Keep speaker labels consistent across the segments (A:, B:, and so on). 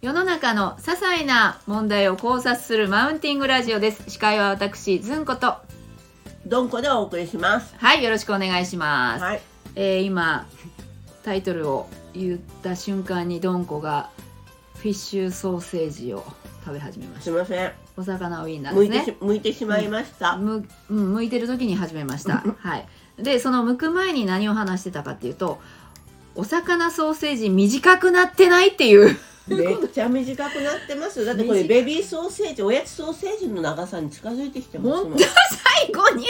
A: 世の中の些細な問題を考察するマウンティングラジオです司会は私ずんこと
B: どんこでお送りします。
A: はいよろしくお願いします、
B: はい。
A: えー今タイトルを言った瞬間にどんこがフィッシュソーセージを食べ始めまし
B: す
A: た
B: みません。
A: お魚ウインナー
B: 向
A: で
B: い
A: す
B: て
A: ね
B: し、向いてしまいました。
A: む、うん、向いてる時に始めま した。はい。で、その向く前に何を話してたかっていうと、お魚ソーセージ短くなってないっていう。
B: めっちゃ短くなってます。だってこれ
A: 短い
B: ベビーソーセージ、おやつソーセージの長さに近づいてきてます
A: 本
B: も
A: 当 最後に、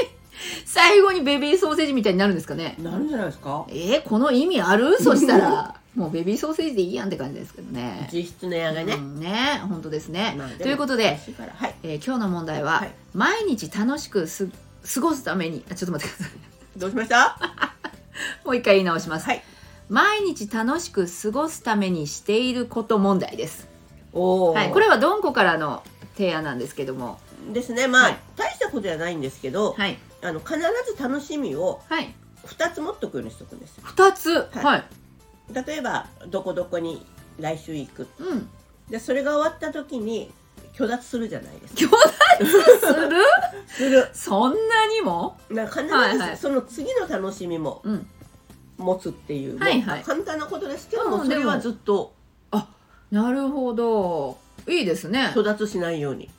A: 最後にベビーソーセージみたいになるんですかね。
B: ん。なるんじゃないですか。
A: えー、この意味ある そしたら、もうベビーソーセージでいいやんって感じですけどね。
B: 実質値上げ
A: う
B: ね。
A: んね、本当ですね。
B: まあも
A: ということで、
B: 美味しいからはい。
A: えー今日の問題は、
B: はい
A: 毎日楽しくす過ごすために、あちょっと待ってください。
B: どうしました？
A: もう一回言い直します。
B: はい。
A: 毎日楽しく過ごすためにしていること問題です。
B: おお。
A: はい、これはどんこからの提案なんですけども。
B: ですね。まあ、
A: はい
B: 大したことじゃないんですけど、
A: はい。
B: あの必ず楽しみを
A: はい。
B: 二つ持っとくようにしとくんです。
A: 二つ。
B: い
A: はい。
B: 例えばどこどこに来週行く。
A: うん。
B: でそれが終わった時に許諾するじゃないですか。
A: 許諾す る。
B: する。
A: そんなにも。
B: な必ず、
A: はいはい
B: その次の楽しみも
A: うん。
B: 持つっていう、
A: はい
B: もう
A: はい
B: 簡単なことですけども、
A: うん
B: それ
A: で
B: は
A: も
B: ずっと
A: なるほど。いいですね
B: 虚。脱しないように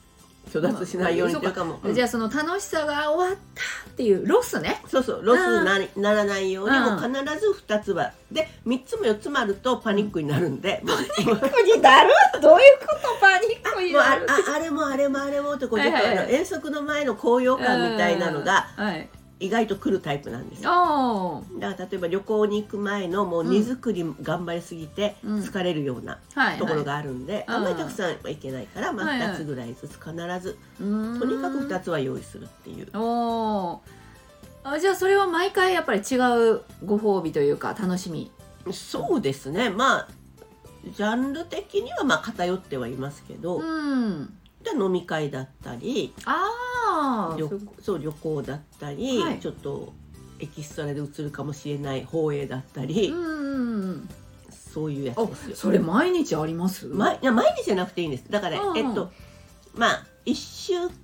B: 虚脱しないようにというかもう、うん
A: じゃあ、その楽しさが終わったっていうロス ね。
B: そうそうロスなりならないように
A: うん
B: もう必ず2つはで3つも4つもあるとパニックになるんで、もう
A: だる。どういうこと、パニックに
B: もうあああれもあれもあれもってこう、
A: はいはいはい
B: よくあの遠足の前の高揚感みたいなのが
A: はい。
B: 意外と来るタイプなんですよ
A: おお。
B: だから例えば旅行に行く前のもう荷造り頑張りすぎて
A: うん
B: 疲れるような
A: はい、はい。
B: ところ。があるんで、
A: うん
B: あんまりたくさんはいけないから、まあ、
A: はいはい
B: 2つぐらいずつ必ず、
A: うーん。
B: とにかく2つは用意するっていう、
A: おおあじゃあそれは毎回やっぱり違うご褒美というか楽しみ
B: そうですねまあジャンル的にはまあ偏ってはいますけど、
A: うん
B: で飲み会だったり
A: ああ
B: 旅そう旅行だったり、
A: はい
B: ちょっとエキストラで映るかもしれない放映だったり、
A: うんうんうん
B: そういうやつ
A: あ
B: ですよ。
A: それ毎日あります
B: ま、いや毎日じゃなくていいんですだから、
A: うん
B: えっとまあ1週か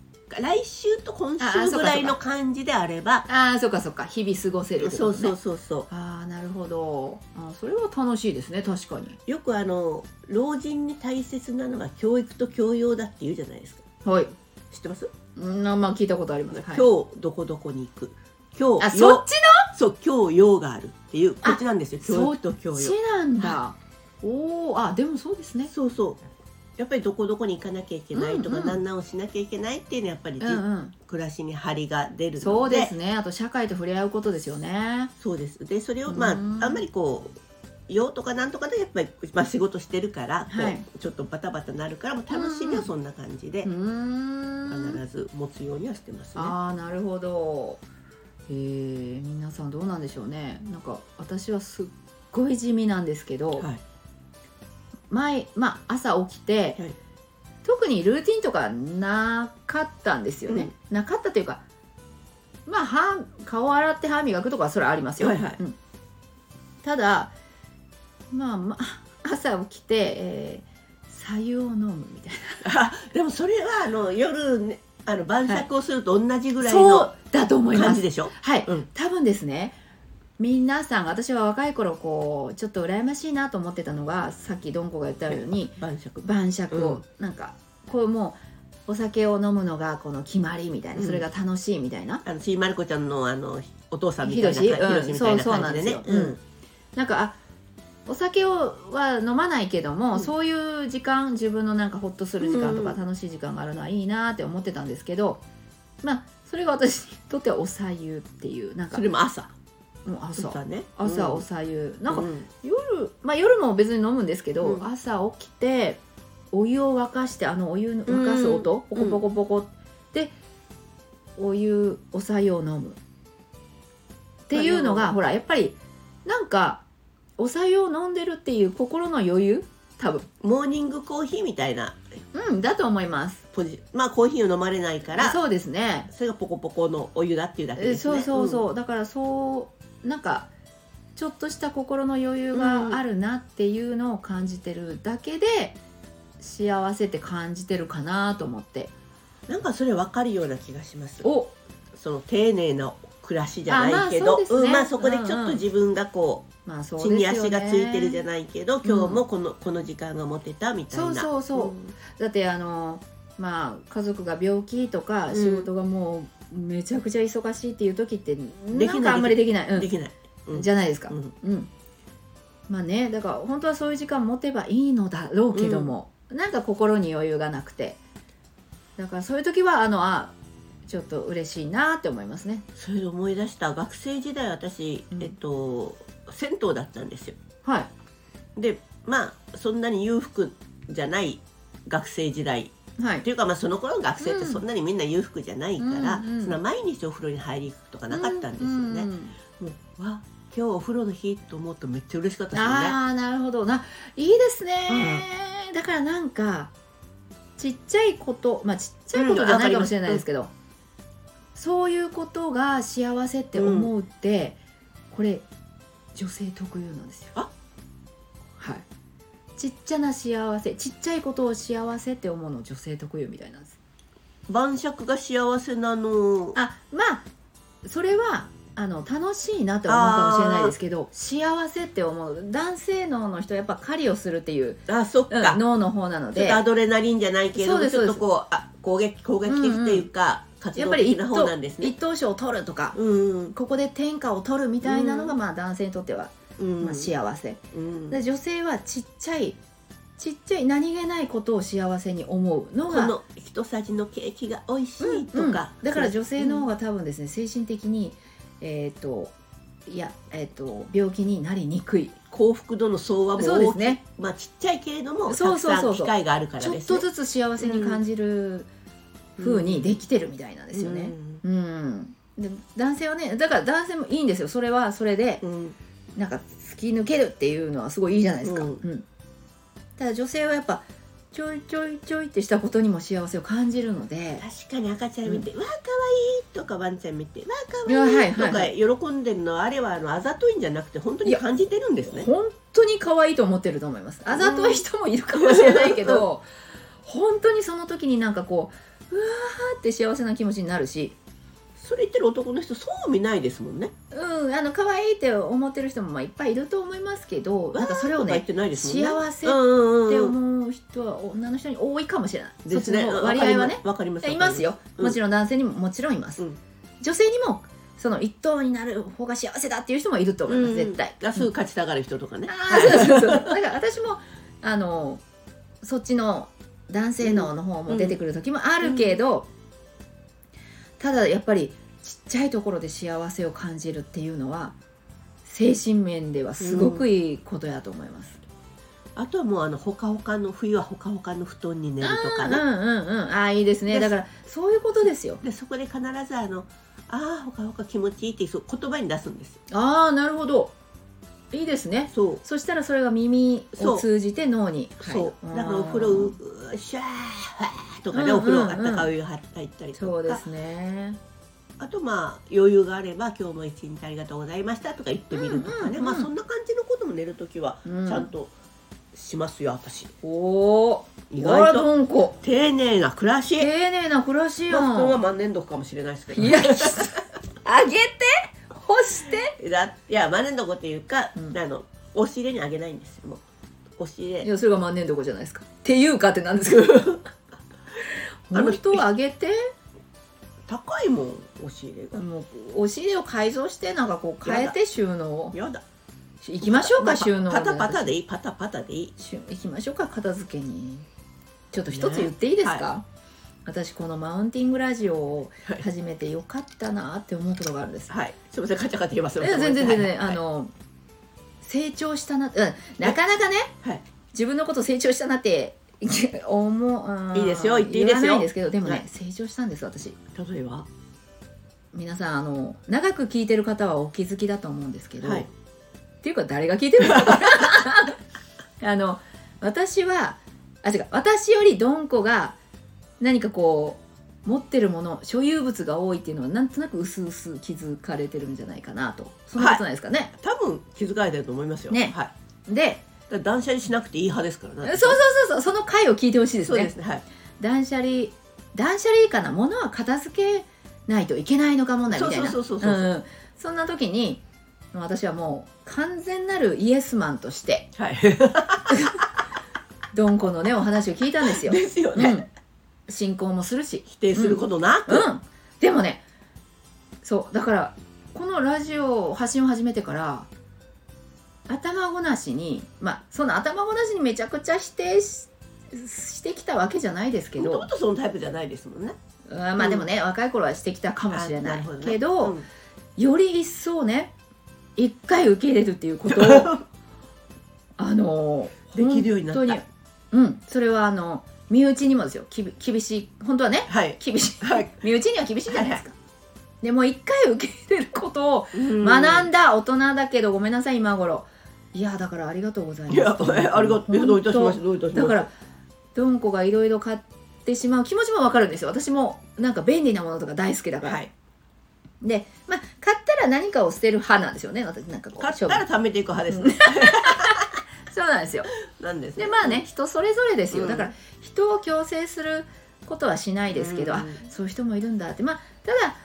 B: 来週と今
A: ああそうか
B: 週ぐらいの感じであれば
A: ああそっかそっか日々過ごせるってこと
B: そう
A: ね、
B: そうそうそう
A: ああなるほどあーそれは楽しいですね確かに
B: よくあの老人に大切なのが教育と教養だって言うじゃないですか
A: はい
B: 知ってます、
A: うんあまあ聞いたことあります、はい、
B: 今日どこどこに行く今
A: あ
B: 日
A: そっ
B: よ
A: ち
B: そう今日用があるっていうこっちなんですよ
A: あ
B: 教育と教
A: の
B: 養
A: ちなんだ、おおあでもそうですね
B: そうそうやっぱりどこどこに行かなきゃいけないとか、
A: うんうん
B: 何々をしなきゃいけないっていうのはやっぱり、
A: う
B: じ
A: んうん
B: 暮らしに張りが出るので
A: そうですねあと社会と触れ合うことですよね
B: そうですでそれをまああ
A: うん
B: んまりこう用とかなんとかでやっぱり、まあ、仕事してるから、こう
A: はい
B: ちょっとバタバタなるからもう楽しみはそんな感じで
A: うーん
B: 必ず持つようにはしてますね。
A: ああなるほどえー、皆さんどうなんでしょうねなんか私はすっごい地味なんですけど、
B: はい
A: 前、まあ、朝起きて、
B: はい
A: 特にルーティンとかなかったんですよね、なかったというかまあ歯顔洗って歯磨くとかはそれはありますよ、
B: はいはい
A: うんただまあ、まあ、朝起きて、えー、白湯を飲むみたい
B: あでもそれはあの夜、ね、あの晩酌をすると同じ
A: な
B: ぐらい
A: そ
B: の
A: うだと思いま
B: 感
A: す
B: じでしょ。
A: はい、
B: うん
A: 多分ですね皆さん私は若い頃こうちょっと羨ましいなと思ってたのがさっきどんこが言ったように
B: 晩酌
A: 晩酌を、
B: うん
A: なんかこうもうお酒を飲むのがこの決まりみたいな
B: うん
A: それが楽しいみたいな、
B: あのちいまる子ちゃんのあのお父さんみたいな
A: ひろし
B: 感じひろ
A: うん
B: しみたいな
A: そうそうな
B: 感
A: ん
B: じ
A: で
B: ですね
A: よ。うんなんかあお酒をは飲まないけども、
B: うん
A: そういう時間自分のなんかホッとする時間とか
B: うん
A: 楽しい時間があるのはいいなって思ってたんですけど、まあそれが私にとってはおさゆっていうなんか
B: それも朝
A: もう朝
B: 朝ね
A: 朝
B: う
A: おさゆ、なんか
B: うん
A: 夜まあ夜も別に飲むんですけど、
B: うん
A: 朝起きてお湯を沸かしてあのお湯の沸かす音、ポコポコポコ、でお湯おさゆを飲むっていうの
B: まあ
A: が、
B: でも
A: ほらやっぱりなんかおさゆを飲んでるっていう心の余裕多分
B: モーニングコーヒーみたいな
A: うんだと思います
B: ポジまあコーヒーを飲まれないから
A: そうですね
B: それがポコポコのお湯だっていうだけ
A: え
B: です
A: そ
B: ね。
A: うそうそう、
B: ん。
A: だからそうなんかちょっとした心の余裕があるなっていうのを感じてるだけで、幸せって感じてるかなと思って
B: なんかそれわかるような気がします
A: お
B: その丁寧な暮らしじゃないけ
A: あまあ
B: ど
A: そうですね
B: んまあそこでちょ
A: うん
B: っ
A: うん
B: と自分がこう
A: まあそう
B: 地
A: です
B: に
A: よね
B: 足がついてるじゃないけど、
A: ん
B: 今日もこのこの時間が持てたみたいな
A: そうそうそうだってあのまあ家族が病気とか
B: うん
A: 仕事がもうめちゃくちゃ忙しいっていう時って
B: できない
A: なんかあんまりできない、
B: う
A: うんん
B: できない、うん
A: じゃないですか
B: う、ん
A: うん、まあねだから本当はそういう時間持てばいいのだろうけども、なんか心に余裕がなくてだからそういう時はあのあちょっと嬉しいなって思いますね
B: それで思い出した学生時代私、
A: うん
B: えっと銭湯だったんですよ
A: はい
B: でまあそんなに裕福じゃない学生時代
A: は
B: っ
A: い
B: ていうかまあその頃の学生って
A: うん
B: そんなにみんな裕福じゃないから、
A: うんうん
B: そんな毎日お風呂に入りに行くとかなかったんですよね、
A: うんう
B: も
A: ん
B: うわ今日お風呂の日と思うとめっちゃ嬉しかったですよね
A: ああなるほどないいですね、だからなんかちっちゃいことまあちっちゃいことじゃないかもしれないですけど、そういうことが幸せって思うって、これ女性特有なんですよ
B: あ
A: はいちっちゃな幸せちっちゃいことを幸せって思うの女性特有みたいなんです
B: 晩酌が幸せなの
A: あまあそれはあの楽しいなと思うかもしれないですけど幸せって思う男性脳の人はやっぱ狩りをするっていう、
B: あそっ
A: うん
B: か、
A: 脳の方なの
B: ちょっ
A: で
B: とアドレナリンじゃないけれど
A: そうで
B: も
A: す
B: ちょっとこうあ攻撃攻撃的というか、活
A: やっ
B: 動
A: ぱり
B: 的
A: 一
B: な
A: 等
B: 方なんですね
A: 一等賞を取るとか、
B: うん
A: ここで天下を取るみたいなのが、まあ男性にとっては、
B: うん、
A: まあ、幸せ、
B: うん
A: で女性はちっちゃいちっちゃい何気ないことを幸せに思うの
B: こ
A: が
B: の一さじのケーキが美味し
A: うん
B: いとか、
A: うんだから女性の方
B: が、
A: が多分ですね精神的にえっ、といやえっ、と病気になりにくい
B: 幸福度の相和も
A: そうです
B: 大きい、
A: ね
B: まあちっちゃいけれども
A: そうそうそうそう
B: たくさん機会があるから
A: ちょ
B: で
A: っ
B: す
A: と
B: ね
A: ずつ幸せに感じる風にできてるみたいなんですよね。うん、で男性はねだから男性もいいんですよそれはそれで
B: うんうん
A: なんか突き抜けるっていうのはすごいいいじゃないですか、
B: うん
A: うんただ女性はやっぱちょいちょいちょいってしたことにも幸せを感じるので
B: 確かに赤ちゃん見て、わあ可愛いとかワンちゃん見てわあ
A: いやは
B: 可
A: い
B: 愛い
A: はいは
B: とか喜んでるのはあれはあのあざといんじゃなくて本当に感じてるんですね。
A: 本当に可愛いと思ってると思いますあざとい人もいるかもしれないけど、本当にその時になんかこううわーって幸せな気持ちになるし
B: それ言ってる男の人そう見ないですもんね。
A: うんあの可愛いって思ってる人もまあいっぱいいると思いますけどなんかそれを
B: とか言
A: ね
B: ってないですもんね。
A: 幸せっ
B: っ
A: って思う人は女の人に多いかもしれない、そっちの方割合はね
B: わかります。
A: います
B: よ。
A: よ、
B: うん
A: もちろん男性にももちろんいます、
B: うん
A: 女性にもその一等になる方が幸せだっていう人もいると思います、
B: うん
A: 絶対、
B: あすぐ勝ちたがる人とかね。
A: ああそうそうそうだから私もあのそっちの男性脳の方も出てくる時もあるけど、ただやっぱりちっちゃいところで幸せを感じるっていうのは精神面ではすごくいいことやと思います、
B: あとはもうあのほかほかの冬はほかほかの布団に寝るとか
A: うん
B: ね。
A: うんうんああいいですね
B: で
A: だ
B: す
A: からそういうことですよ
B: でそこで必ずあのああほかほか気持ちいいってそう言葉に出すんです。
A: ああなるほどいいですね
B: そう。
A: そしたらそれが耳を
B: そう
A: 通じて脳に
B: そう
A: 入る
B: だからお風呂
A: うん
B: ううシャーとかね、
A: うん
B: お風
A: うん
B: 呂
A: う
B: あっ
A: ん
B: たかいお湯入ったりとか
A: そうですね
B: あとまあ余裕があれば今日も一日ありがとうございましたとか言ってみるとかね、
A: うんうんうん
B: まあそんな感じのことも寝るときは
A: ち
B: ちゃんとしますよ私
A: おお
B: 意
A: ーあら
B: 外と
A: どんこ
B: 丁寧な暮らし、
A: 丁寧な暮らしや
B: まあ布団は
A: ん
B: 万年床かもしれないですけど
A: い やきつあげて干して
B: だいや万年床っていうか、
A: うん
B: あの押し入れにあげないんですよもう押し入
A: い
B: れ
A: やそれが万年床じゃないですかっていうかってなんですけ どあの人をあげて
B: 高いもん押し入れが、
A: もう押し入れを改造してなんかこう変えて収納を
B: やだ
A: 行きましょう
B: まあ
A: か収納
B: パタパタ
A: で
B: でいいパタパタでいい
A: しゅ行きましょうか片付けにちょっと一つ言っていいですか、
B: ねは
A: 私このマウンティングラジオを始めてよかったなって思うことがあるんです、
B: はいすみませんカチャカチャ言います
A: いや全然全然、
B: はい
A: あの、成長したな、うん、なかなかね
B: はい
A: 自分のこと成長したなって思ううん
B: いいですよ言っていいですよ
A: 言わないですけどでもね、
B: はい
A: 成長したんです私
B: 例えば、
A: 皆さんあの長く聞いてる方はお気づきだと思うんですけど、
B: はい
A: っていうか誰が聞いてる のあの私はあ違う私よりドンコが何かこう持ってるもの所有物が多いっていうのはなんとなく薄々気づかれてるんじゃないかなとそんなことないですかね。
B: 多分気づかれてると思いますよ
A: ね
B: はい
A: で
B: ら断捨離しなくていい派ですから
A: そう
B: ね。
A: そうそうそうその回を聞いてほしいです
B: そう
A: ね
B: ですね。はい。
A: 断捨離断捨離かな物は片付けないといけないのかもなみたいな
B: そうそうそうそうそうん
A: そんな時に私はもう完全なるイエスマンとして
B: はい。
A: ドンコのねお話を聞いたんですよ、
B: ですよ
A: う
B: ね。
A: ん、進行もするし
B: 否定することなく。
A: うんでもねそうだからこのラジオ発信を始めてから頭ごなしにまあその頭ごなしにめちゃくちゃ否定ししてきたわけじゃないですけ
B: もと
A: ど
B: もとそのタイプじゃないですもんね。
A: うんまあでもね、若い頃はしてきたかもしれ
B: あ
A: ない
B: るほね
A: けど
B: うん
A: より一層ね一回受け入れるっていうことを あの
B: できるようになった
A: 本当にうんそれはあの身内にもですよきび厳しい本当はね
B: はい。
A: 厳しい
B: はい。
A: 身内には厳しいじゃないですか。でも一回受け入れることを
B: 学
A: 学んだ大人だけどごめんなさい今頃いやだからありがとうございます
B: いや、えありがとう。どういたしまし
A: 本
B: た。どういた
A: 当
B: しまし
A: だ
B: た。
A: からどんこがいろいろ買ってしまう気持ちもわかるんですよ私もなんか便利なものとか大好きだから、
B: はい。
A: でまあ買ったら何かを捨てる派なんですよね私なんかこう
B: 買ったら
A: 勝
B: 貯めていく派ですね。
A: 負そうなんですよ
B: なんです
A: でまあね人それぞれですよ、
B: うん
A: だから人を強制することはしないですけど、
B: うん
A: あそういう人もいるんだってまあただ、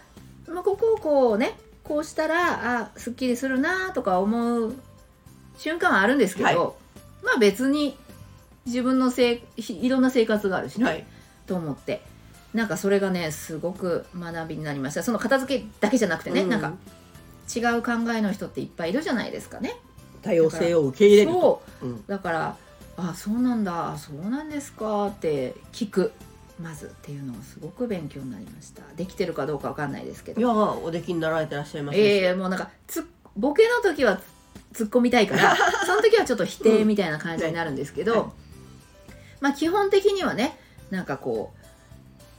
A: まあ、ここをこうねこうしたらあすっきりするなとか思う瞬間はあるんですけど、
B: はい
A: まあ別に自分のせいひいろんな生活があるしね、
B: はい。
A: と思ってなんかそれがねすごく学びになりましたその片付けだけじゃなくてね、
B: う
A: なんか違う考えの人っていっぱいいるじゃないですかね。
B: 多様性を受け入れると。
A: そう
B: うん
A: だから「あそうなんだあそうなんですか」って聞くまずっていうのをすごく勉強になりましたできてるかどうかわかんないですけ
B: い
A: ど
B: やーおできになられてらっしゃいます
A: ええもうなんかつボケの時はつ突っ込みたいから その時はちょっと否定みたいな感じになるんですけど、
B: うんはい
A: まあ基本的にはねなんかこう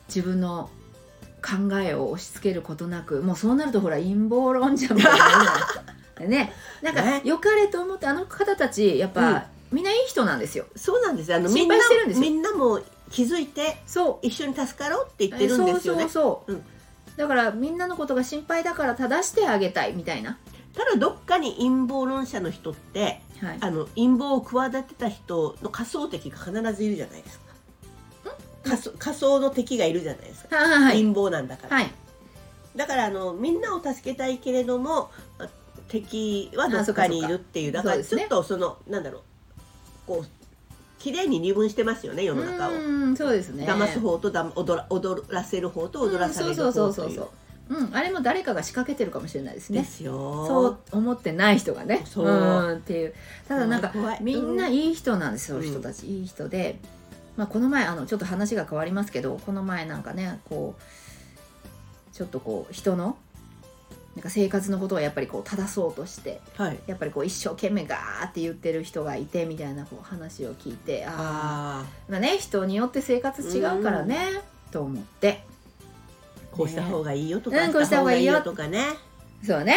A: 自分の考えを押し付けることなくもうそうなるとほら陰謀論者みたいになるじゃないですか ねなんか
B: ね
A: 良かれと思ってあの方たちやっぱ、みんないい人なんですよ
B: そうなんですよあのみ
A: 心
B: んな
A: 配してるんですよ
B: みんなも気づいて
A: そう
B: 一緒に助かろうって言ってるんですよ
A: そうそ
B: ね
A: うそう、
B: うん
A: だからみんなのことが心配だから正してあげたいみたいな、
B: ただどっかに陰謀論者の人って
A: はい、
B: あの陰謀を企てた人の仮想敵が必ずいるじゃないですか仮想仮想の敵がいるじゃないですか、
A: はいはい
B: 陰謀なんだから、
A: はい
B: だからあのみんなを助けたいけれどもあ敵はど
A: あそ
B: っ
A: っか
B: か
A: そっ
B: に
A: か
B: いるっていうだ
A: そ
B: か
A: う
B: ら
A: です
B: ちょ
A: ね
B: っとそのなんだろうこう綺麗に二分してますよね世
A: う
B: の中を。
A: ーんそうですね
B: 騙す方とだ踊ら踊らせる方と踊らされる
A: う
B: 方
A: んそう
B: と
A: そうそう
B: い
A: そううそううんあれも誰かが仕掛けてるかもしれないです
B: で
A: ね
B: すよ
A: そう思ってない人がね
B: そうん
A: っていうただなんか
B: 怖い怖い
A: みん
B: う
A: ないい人なんですよ、
B: うん
A: 人たちいい人で、まあ、この前あのちょっと話が変わりますけどこの前なんかねこうちょっとこう人のなんか生活のことをやっぱりこう正そうとして
B: はい
A: やっぱりこう一生懸命ガーって言ってる人がいてみたいなこう話を聞いてああ
B: あ
A: まあね人によって生活違うからね、と思って
B: あこうした方がいいよと
A: ね
B: か、
A: うん
B: こ
A: こ
B: う
A: う
B: し
A: したた
B: 方
A: 方
B: が
A: がい
B: いい
A: いよ
B: よとかね
A: そうね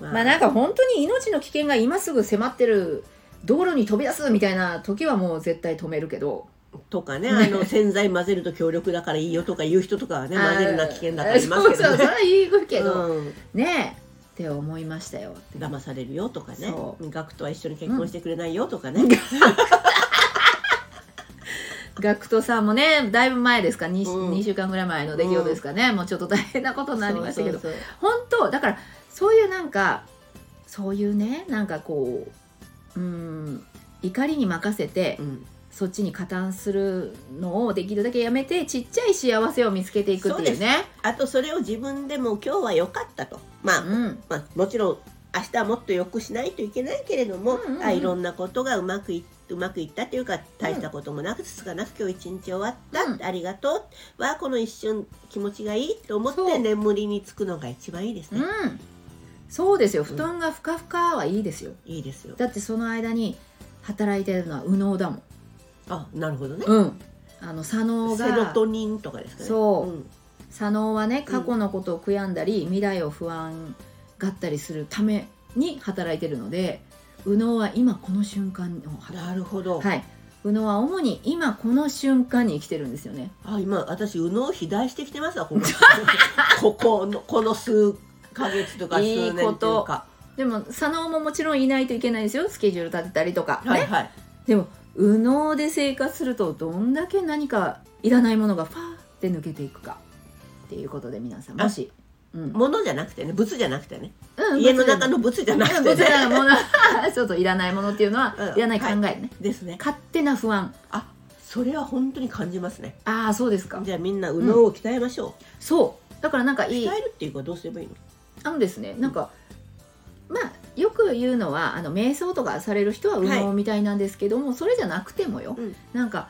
B: ま
A: まあなんか本当に命の危険が今すぐ迫ってる道路に飛び出すみたいな時はもう絶対止めるけど
B: とかねあの洗剤混ぜると強力だからいいよとか言う人とか はね混ぜるのは危険だとか言いますけ
A: あーそうそう
B: ど
A: それ
B: ね
A: は言うけど、
B: うん
A: ねえって思いましたよって
B: 騙されるよとかね
A: そ
B: 学徒は一緒に結婚してくれないよとかね、
A: 学徒さんもねだいぶ前ですか 2,、
B: うん
A: 二週間ぐらい前の出来事ですかね、もうちょっと大変なことになりましたけど
B: そうそう
A: 本当だからそういうなんかそういうねなんかこううん怒りに任せて、
B: そううん
A: そっちに加担するのをできるだけやめてちっちゃい幸せを見つけていくってい
B: そう
A: う
B: で
A: ね
B: あとそれを自分でも今日は良かったとまあ、
A: うん
B: まあ、もちろん明日はもっと良くしないといけないけれど
A: う
B: も、
A: んうんうん
B: あいろんなことがうまくいうまくいったというか大したこともなくつつかなく今日一日終わった、
A: うん
B: ありがとうはこの一瞬気持ちがいいと思っ
A: そ
B: て
A: う
B: 眠りにつくのが一番いいです
A: う
B: ね、
A: んそうですよ
B: ん
A: 布団がふかふかはいいですよ
B: いいですよ
A: だってその間に働いてるのは右脳だもん
B: あなるほどね、
A: うんあの左脳
B: セロ
A: が
B: トニンとかですかね
A: そうん左脳はね過去のことを悔やんだり、未来を不安がったりするために働いてるので右脳は今この瞬間を働
B: なるほど、
A: くはい右脳は主に今この瞬間に生きてるんですよね
B: あ今私右脳を肥大してきて ますわここここのこの数ヶ月とか数年というか
A: でも左脳ももちろんいないといけないですよスケジュール立てたりとか、
B: はい
A: ね、
B: はい
A: でも右脳で生活するとどんだけ何かいらないものがファーって抜けていくかっていうことで皆さんもし、うん、
B: 物じゃなくてね物じゃなくてね
A: うん
B: 家の中の物じゃなく
A: こ
B: て
A: ち
B: ね
A: らのもの ちょっといらないものっていうのは、
B: うん
A: いらない考えね、
B: ですね
A: 勝手な不安
B: あそれは本当に感じますね
A: ああそうですか
B: じゃあみんな右脳を鍛えましょ
A: そうだからなんか
B: う、
A: いい
B: 鍛えるっていうかどうすればいいの
A: あのですねなんかまあよく言うのはあの瞑想とかされる人は右脳みたいなんですけども、それじゃなくてもよ、
B: うん
A: なんか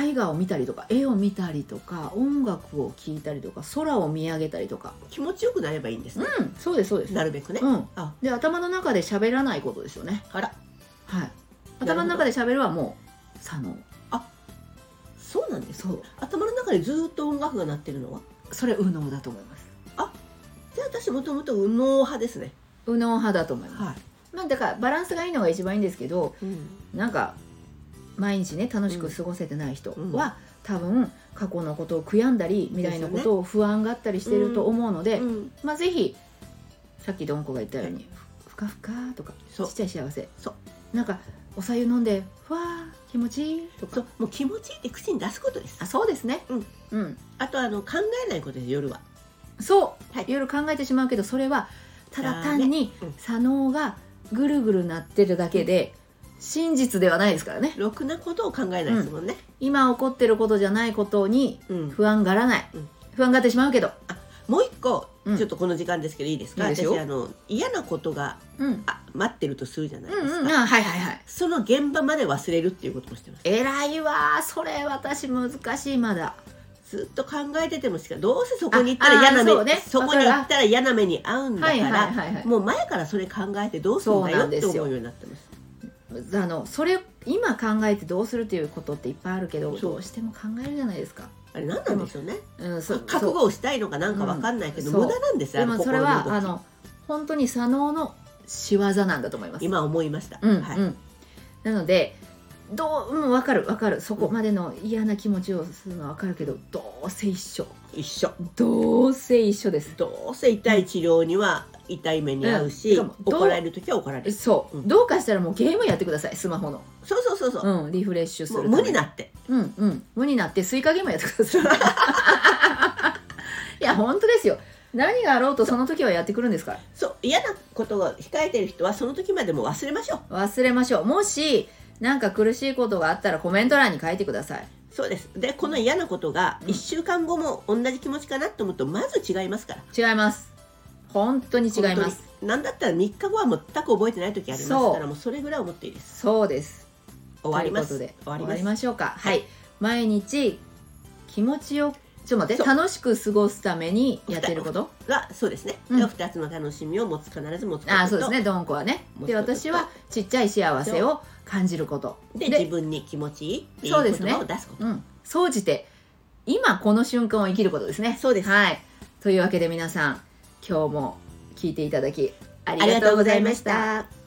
A: 絵画を見たりとか絵を見たりとか音楽を聴いたりとか空を見上げたりとか
B: 気持ちよくなればいいんですね、
A: うんそうですそうです、
B: なるべくね、
A: うん
B: あ
A: で頭の中で喋らないことですよね
B: あら
A: はい頭の中で喋るはもう左脳
B: そうなんです
A: そう
B: 頭の中でずっと音楽が鳴ってるのは
A: それ右脳だと思います
B: じゃあ私もともと右脳派ですね
A: 右脳派だと思います、
B: は
A: まあだからバランスがいいのが一番いいんですけど
B: い、
A: なんか毎日ね楽しく過ごせてない人は、
B: うんうん
A: 多分過去のことを悔やんだり未来のことを不安があったりしてると思うので
B: うん
A: まあぜひさっきどんこが言ったように「ふかふか」とか「ち
B: そう
A: っちゃい幸せ」
B: そう
A: なんかおさゆ飲んで「ふわー気持ちいい」とか
B: そうもう気持ちいいって口に出すことです
A: あそうですね
B: うん、
A: うん、
B: あとあの考えないことです夜は
A: そう、
B: は
A: い
B: い
A: ろいろ考えてしまうけどそれはただ単に
B: だねうん
A: 左脳がぐるぐるなってるだけで真実ではないですからね
B: ろくなことを考えないですもんね、
A: 今起こってることじゃないことに
B: うん
A: 不安がらない、
B: うん
A: 不安がってしまうけど、
B: もう一個、
A: うん
B: ちょっとこの時間ですけどいいですか
A: いいですよ
B: 私あの嫌なことが
A: うん、
B: あ待ってるとするじゃな
A: う
B: いですか、
A: んうんあはいはいはい
B: その現場まで忘れるっていうこともしてます
A: 偉いわーそれ私難しいまだ
B: ずっと考えててもしかどうせそこに行ったら嫌な目
A: ああーそうね
B: そこに行ったら嫌な目に遭うんだから、
A: はいはいはいはい
B: もう前からそれ考えてどうするん
A: そ
B: だ
A: うな
B: よ
A: ん
B: っ
A: です
B: て
A: よ
B: 思うようになってます
A: あのそれ今考えてどうするっていうことっていっぱいあるけど
B: そう
A: どうしても考えるじゃないですか、
B: あれ何なんでしょうね
A: うん、そ
B: 覚悟
A: そう
B: をしたいのかなんかわかんないけど、
A: うんそう
B: 無駄なんです
A: で
B: よあの
A: もそれ
B: 心の動
A: は
B: き
A: あの本当に左脳の仕業なんだと思います
B: 今思いました、
A: うん、
B: はい
A: うん、なのでどう、うん、分かる分かるそこまでの嫌な気持ちをするのは分かるけどどうせ一緒
B: 一緒
A: どうせ一緒です
B: どうせ痛い治療には痛い目に遭うし、
A: うんしかもどう
B: 怒られる時は怒られる
A: そう、
B: うん
A: どうかしたらもうゲームやってくださいスマホの、
B: そうそうそうそう、
A: うん、リフレッシュす
B: もう
A: る
B: 無に
A: な
B: なって
A: うんうん無になってスイカゲームやってください いや本当ですよ何があろうとその時はやってくるんですから
B: そう嫌なことが控えてる人はその時までもう忘れましょう
A: 忘れましょうもしなんか苦しいことがあったらコメント欄に書いてください
B: そうですでこの嫌なことが
A: うん
B: 1週間後も同じ気持ちかなと思うとまず違いますから
A: 違います本当に違います
B: 何だったら3日後は全く覚えてない時あります
A: そ
B: か
A: う
B: らもうそれぐらい思っていいです
A: そうです
B: 終わります
A: という
B: 終
A: ことで終
B: わり
A: わ
B: ま
A: り
B: す
A: ましょうかは
B: はい
A: 毎日気持ちよくちょっと待って
B: そう
A: 楽しく過ごすためにやってること
B: がそうですね、
A: うん
B: 2つの楽しみを持つ必ず持つこと
A: あーそうですねどんこはね
B: もう
A: で
B: 一つと
A: 私はちっちゃい幸せを感じること
B: で自分に気持ちいいっていう
A: そう
B: 言
A: ですね
B: 葉を出すこと
A: うん総じて今この瞬間を生きることですね
B: そうです
A: はいというわけで皆さん今日も聞いていただきあ
B: あ
A: り
B: り
A: がと
B: がと
A: う
B: う
A: ご
B: ご
A: ざ
B: ざ
A: い
B: い
A: ま
B: ま
A: し
B: したた